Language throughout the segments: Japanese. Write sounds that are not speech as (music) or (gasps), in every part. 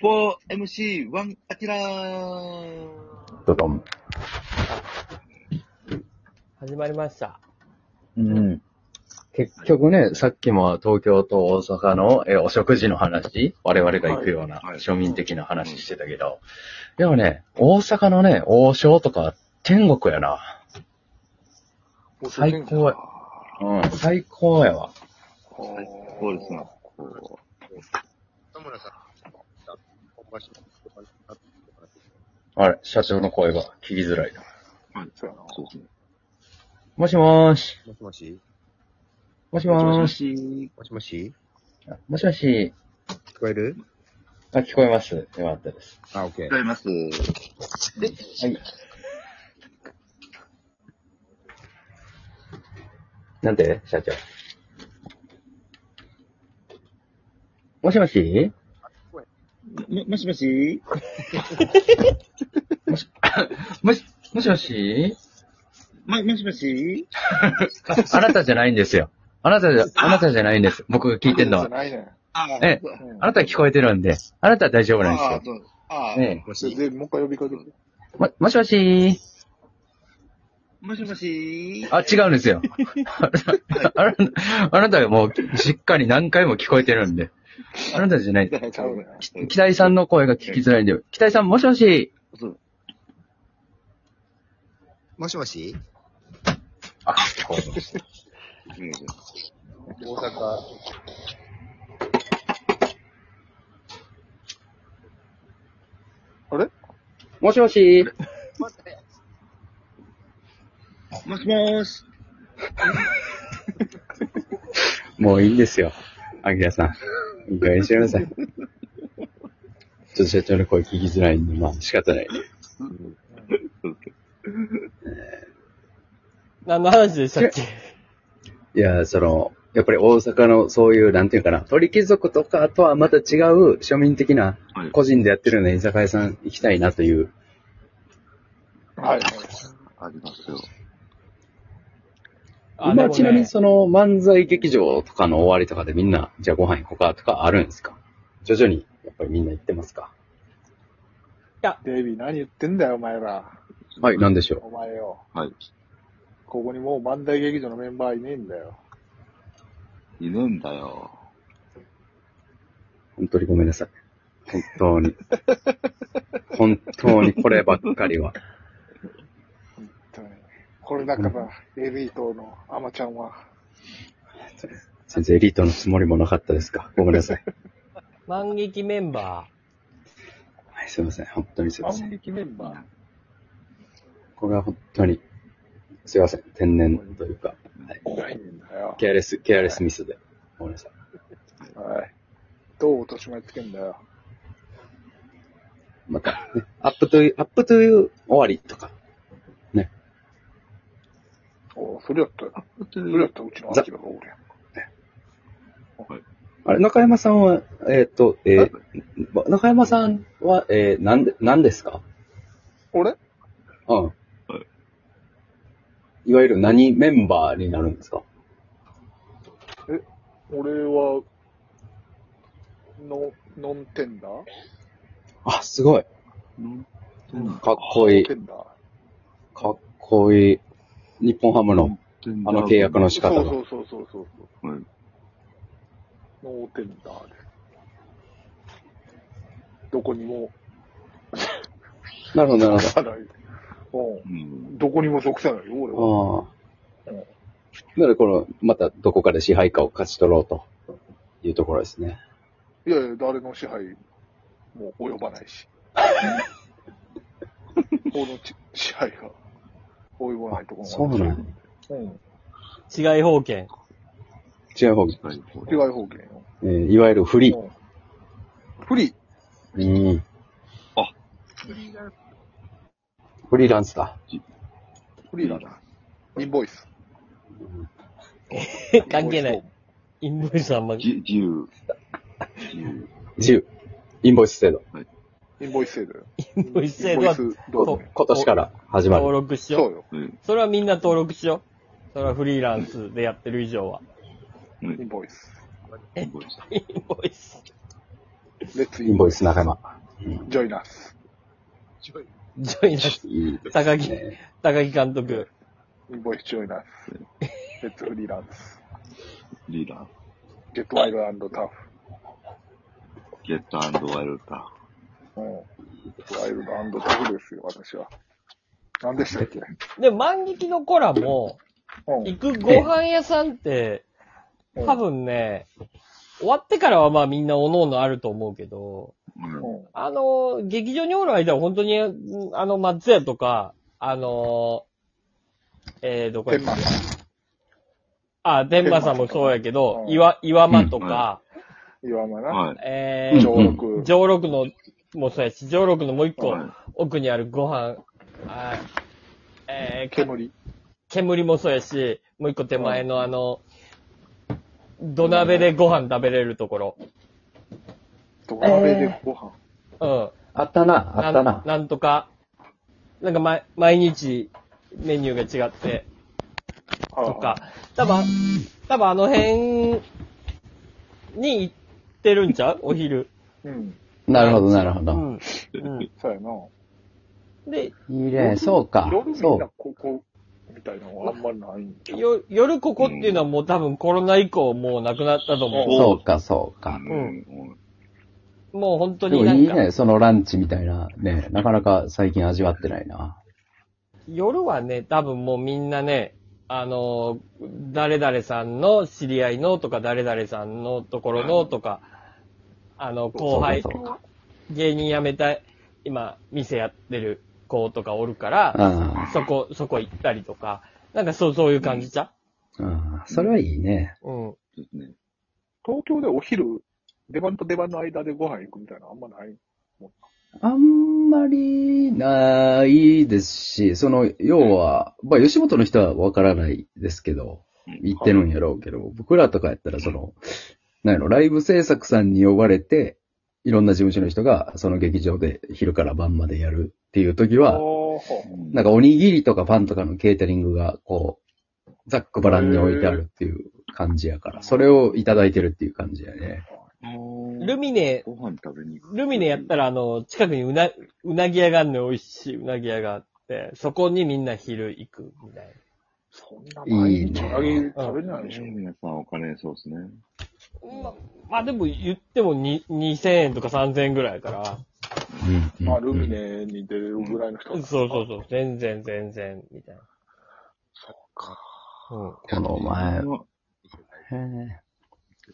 4MC1 アキラードドン。始まりました。うん。結局ね、さっきも東京と大阪のえお食事の話、我々が行くようなはいはい庶民的な話してたけど、でもね、大阪のね、王将とか天国やな。最高や。うん、最高やわ。最高ですな。田村さん、本場所とかになってるからあれ、社長の声が聞きづらいな。はい、そうですね。もしもーし。もしもしもしもーし。し。もしもしもしもし。聞こえるあ、聞こえます。よかったです。あ、オッケ違います。はい。なんて社長。もしもしも、もしももしし、もしもしも、もしもしああなたじゃないんですよ。あなたじゃ、あなたじゃないんです。僕が聞いてんのは。ないね。あええあなた聞こえてるんで、あなたは大丈夫なんでああ、すよ。そう。ああ、ねもしそれで、もう一回呼びかけて。えも、もしもしもしもしあ、違うんですよ。あなた、あなたがもうしっかり何回も聞こえてるんで。あなたじゃない。ちゃうね北井さんの声が聞きづらいんで。北井さん、もしもしそうもしもしあ、聞こえました。うん大阪。あれもしもしもしもーし。もういいんですよ。アキラさん。ごめんしなさい。ちょっと社長の声聞きづらいんで、まあ仕方ない。 (laughs) 何の話でしたっけいや、その、やっぱり大阪のそういう、なんていうかな、鳥貴族とかとはまた違う庶民的なはい、個人でやってるような居酒屋さん行きたいなという。はい。ありますよ。あ、まあ、でもねちなみにその漫才劇場とかの終わりとかでみんな、じゃあご飯行こうかとかあるんですか徐々に、やっぱりみんな行ってますかデイビー、何言ってんだよ、お前ら。はい、なんでしょお前よ。はい。ここにもう漫才劇場のメンバーいねえんだよ。いねえんだよ。う。本当にごめんなさい。本当 (laughs) に。本当にこればっかりは。これだから、エリートのアマちゃんは、先生、エリートのつもりもなかったですかごめんなさい。万劇メンバはい、すいません。本当にすいません万。劇メンバー。これは本当に、すいません。天然というか、ないんだよ。ケアレス、ケアレスミスで。ごめんなさい。はい。どう落とし前つけんだよ。また、ね、アップという、アップという終わりとか、おそれやったら、それやったらうちのアキラがおるやん。あれ、中山さんは、えっ、と、えーば中山さんは、えー、なんで、なんですか俺うん。いわゆる何メンバーになるんですか俺は、の、ノンテンダーあ、すごい。うん。かっこいいテ。ンダーかっこいい。日本ハムの、あの契約の仕方そが。うそうそうそうそう。はいノーテンダーです。どこにも、なるほど、なるさない。ううん。ん。どこにも属さないよ、俺ほは。ど。ああ。なので、この、またどこかで支配下を勝ち取ろうというところですね。いやいや、誰の支配も及ばない (laughs) し。このち支配が及ばないところそうもあるなんやうん。ー。違い保険。違う方が、はい。被害保険よ。えーいわゆるフリー。うんフリー。うん。フリーランスだ。フリーだな。インボイス。関係ない。インボイスあんま、じ自由。自由。自由。インボイス制度。インボイス制度よ。インボイス制度はインボイスどうぞ今年から始ま登る。録しそようう。よ。うん。それはみんな登録しよう。それはフリーランスで (laughs) やってる以上は。インボイス。すごいインボイス。レッツイインン、ボイス仲間。うんジョイナス。ちょいジョイナス、いいで高す木、ね。高木監督。インボイスジョイナス。レッツフリーランス。リーダー、ゲットワイルドタフ。ゲットワイルドだ。うん。ゲットワイルドタフですよ、私は。何でしたっけで、万劇の子らも、うん。行くご飯屋さんって、うん多分ね、終わってからはまあみんなおのおのあると思うけど、うん。うん。あの、劇場におる間は本当に、うんあの、松屋とか、あの、えー、どこや天っ満けさん。あ、天馬さんもそうやけど、うん岩、岩間とか、岩間な。はい。えうん上ー、六。上六の、もそうやし、上六のもう一個はい奥にあるご飯、あえー、け煙。煙もそうやし、もう一個手前のあの、土鍋でご飯食べれるところ。土鍋でご飯。うん。あったな、あったな。なんとか、なんか、ま、毎日メニューが違って、とはいはか、多分、多分あの辺に行ってるんちゃうお昼。い。うん。なるほど、なるほうど。ん。うそうやな。ん。で、いいね、そうか夜。みそんうな。ここみたいなのはあんまりないんだ。よ、夜ここっていうのはもう多分コロナ以降もうなくなったと思そうか、そうか。んうんう。もう本当でにもなんいいか、ね、そのランチみたいな。ね、なかなか最近味わってないな。夜はね、多分もうみんなね、あの、誰々さんの知り合いのとか、誰々さんのところのとか、あの、後輩そ、うかそうか芸人辞めた、今、店やってる子とかおるから、あそこ、そこ行ったりとか、なんかそう、そういう感じちゃあ、ああ、それはいいね。ううん。ですね。東京でお昼、出番と出番の間でご飯行くみたいなのあんまない。あんまりないですし、その、要は、まあ、吉本の人はわからないですけど、言ってるんやろうけど、僕らとかやったら、その、なんやろ、ライブ制作さんに呼ばれて、いろんな事務所の人が、その劇場で昼から晩までやるっていう時ああ、は、ほうなんかおにぎりとかパンとかのケータリングが、こう、ざっくばらんに置いてあるっていう感じやから、それをいただいてるっていう感じやね。うんルミネ、ご飯食べに行く。ルミネやったら、あの、近くにうな、うなぎ屋があるのよ美味しいうなぎ屋があって、そこにみんな昼行くみたいそんな毎日揚げ食べれないでしょ。皆さんお金そうですね。な。ま、まあでも言ってもに2000円とか3000円ぐらいやから、うんまあ、ルミ。ネに出るぐらいの人そうそうそう、全然全然、みたいな。そうか。この前、まあ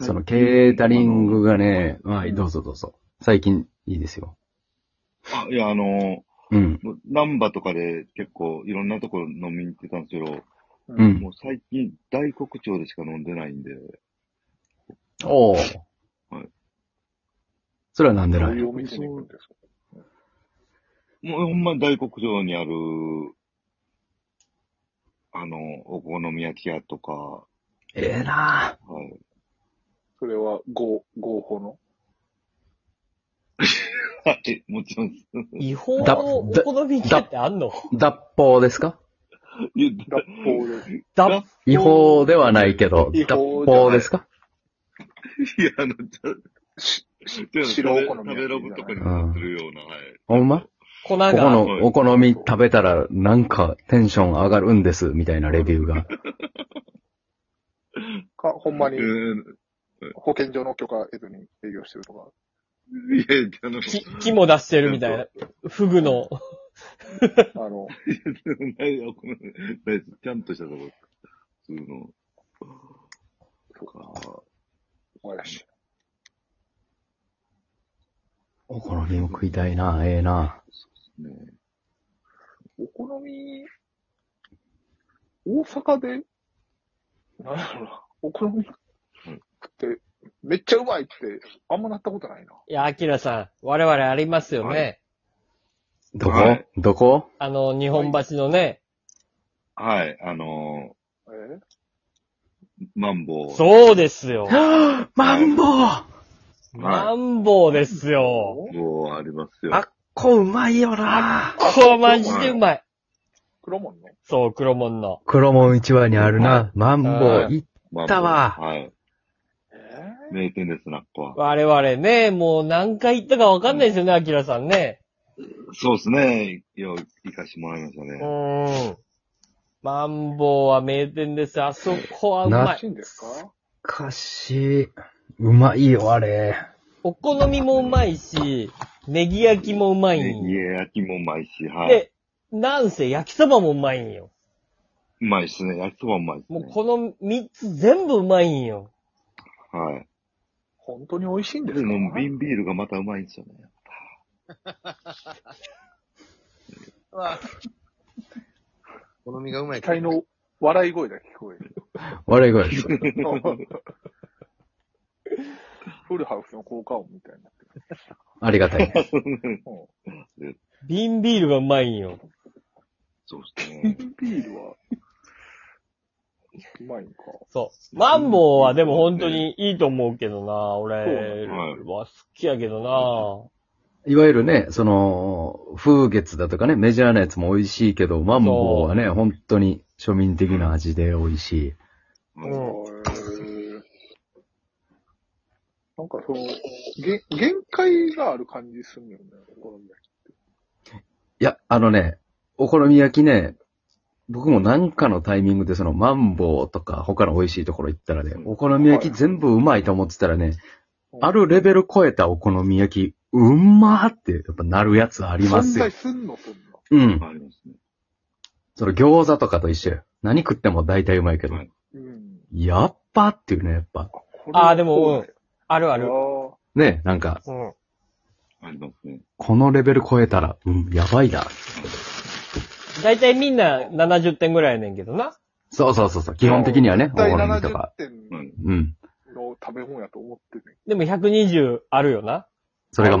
そのケータリングがね、はい、どうぞどうぞ。最近いいですよ。あ、いや、あの、うん。ナンバとかで結構いろんなところ飲みに行ってたんですけど、うもうん。最近大黒町でしか飲んでないんで、おお。それはなんでどなういいうお店に行くんですかもうほんま大黒町にある、あの、お好み焼き屋とか、は。ええないそれは合、合法の。はい、もちろんです。うん。違法のお好み焼きってあんのぁ脱法ですか言った脱法で。だ、違法ではないけど、違脱法じゃない法ですかいや、あの、ちょしちょ食白べお好み食べロ焼きグみたといなかにもするような、はい。ほんま粉が。ここのお好み食べたらなんかテンション上がるんです、みたいなレビューが。か、ほんまにうん保健所の許可得ずに営業してるとか。いや、あの、き、木も出してるみたいな。フグの。あの、 (laughs) ないよ、この、ないですちゃんとしたところ。普通の。とか、怪しい。お好みも食いたいなぁええなね。お好み、大阪で、なんやろな、お好み食って、めっちゃうまいって、あんまなったことないな。いや、アキラさん、我々ありますよね。はいどこ、はいどこあの、日本橋のね、はい、あのえー、マンボウ。そうですよ。 (gasps) マンボウマンボウですよ。もうありますよ。あっこうまいよなぁこうマジでうまい。黒門のそう、黒門の。黒門一話にあるな、マンボはウいいマンボウ行ったわはい。え名店です、ナッコは。我々ね、もう何回行ったかわかんないですよね、アキラさんね。そうですね。いや、行かしてもらいましたうね。ーん。マンボウは名店です。あそこはうまな美味しい。いんですかかし、うまいよ、あれ。お好みもうまいし、ネギ焼きもうまいでんよ。家焼きもうまいし、はい。で、なんせ焼きそばもうまいんよ。うまいっすね。焼きそばうまいっすもうね。この3つ全部うまいんよ。はい。本当に美味しいんでですかも瓶ビールがまたうまいんですよね。は、好み (laughs) がうまい期待の笑い声が聞こえる。笑い声 (laughs) です。フルハウスの効果音みたいになってる。ありがたいね。うん瓶ビールがうまいんよ。そうですね。ビールは、うまいんか。そう。マンボウはでも本当にいいと思うけどな、俺そうなんはだ好きやけどな。いわゆるね、その、風月だとかね、メジャーなやつも美味しいけど、マンボウはね、本当に庶民的な味で美味しい。うんうんなんかその、げ限界がある感じするよね、お好み焼き。いや、あのね、お好み焼きね、僕も何かのタイミングでそのマンボウとか他の美味しいところ行ったらね、お好み焼き全部うまいと思ってたらね、あるレベル超えたお好み焼き、うんまーってやっぱなるやつありますよ存在。すんの、そんな。うん。ありますね。その餃子とかと一緒よ。何食っても大体うまいけどは。いうん。やっぱっていうね、やっぱ。あーでもうんあるあある。ね、なんか、うん。ありますね。このレベル超えたら、うん、やばいな。だいたいみんな70点ぐらいやねんけどな。そうそうそうそう、基本的にはね、お第好みと70か。点うん。うん。の食べ物やと思ってる。でも120あるよな。それがまあ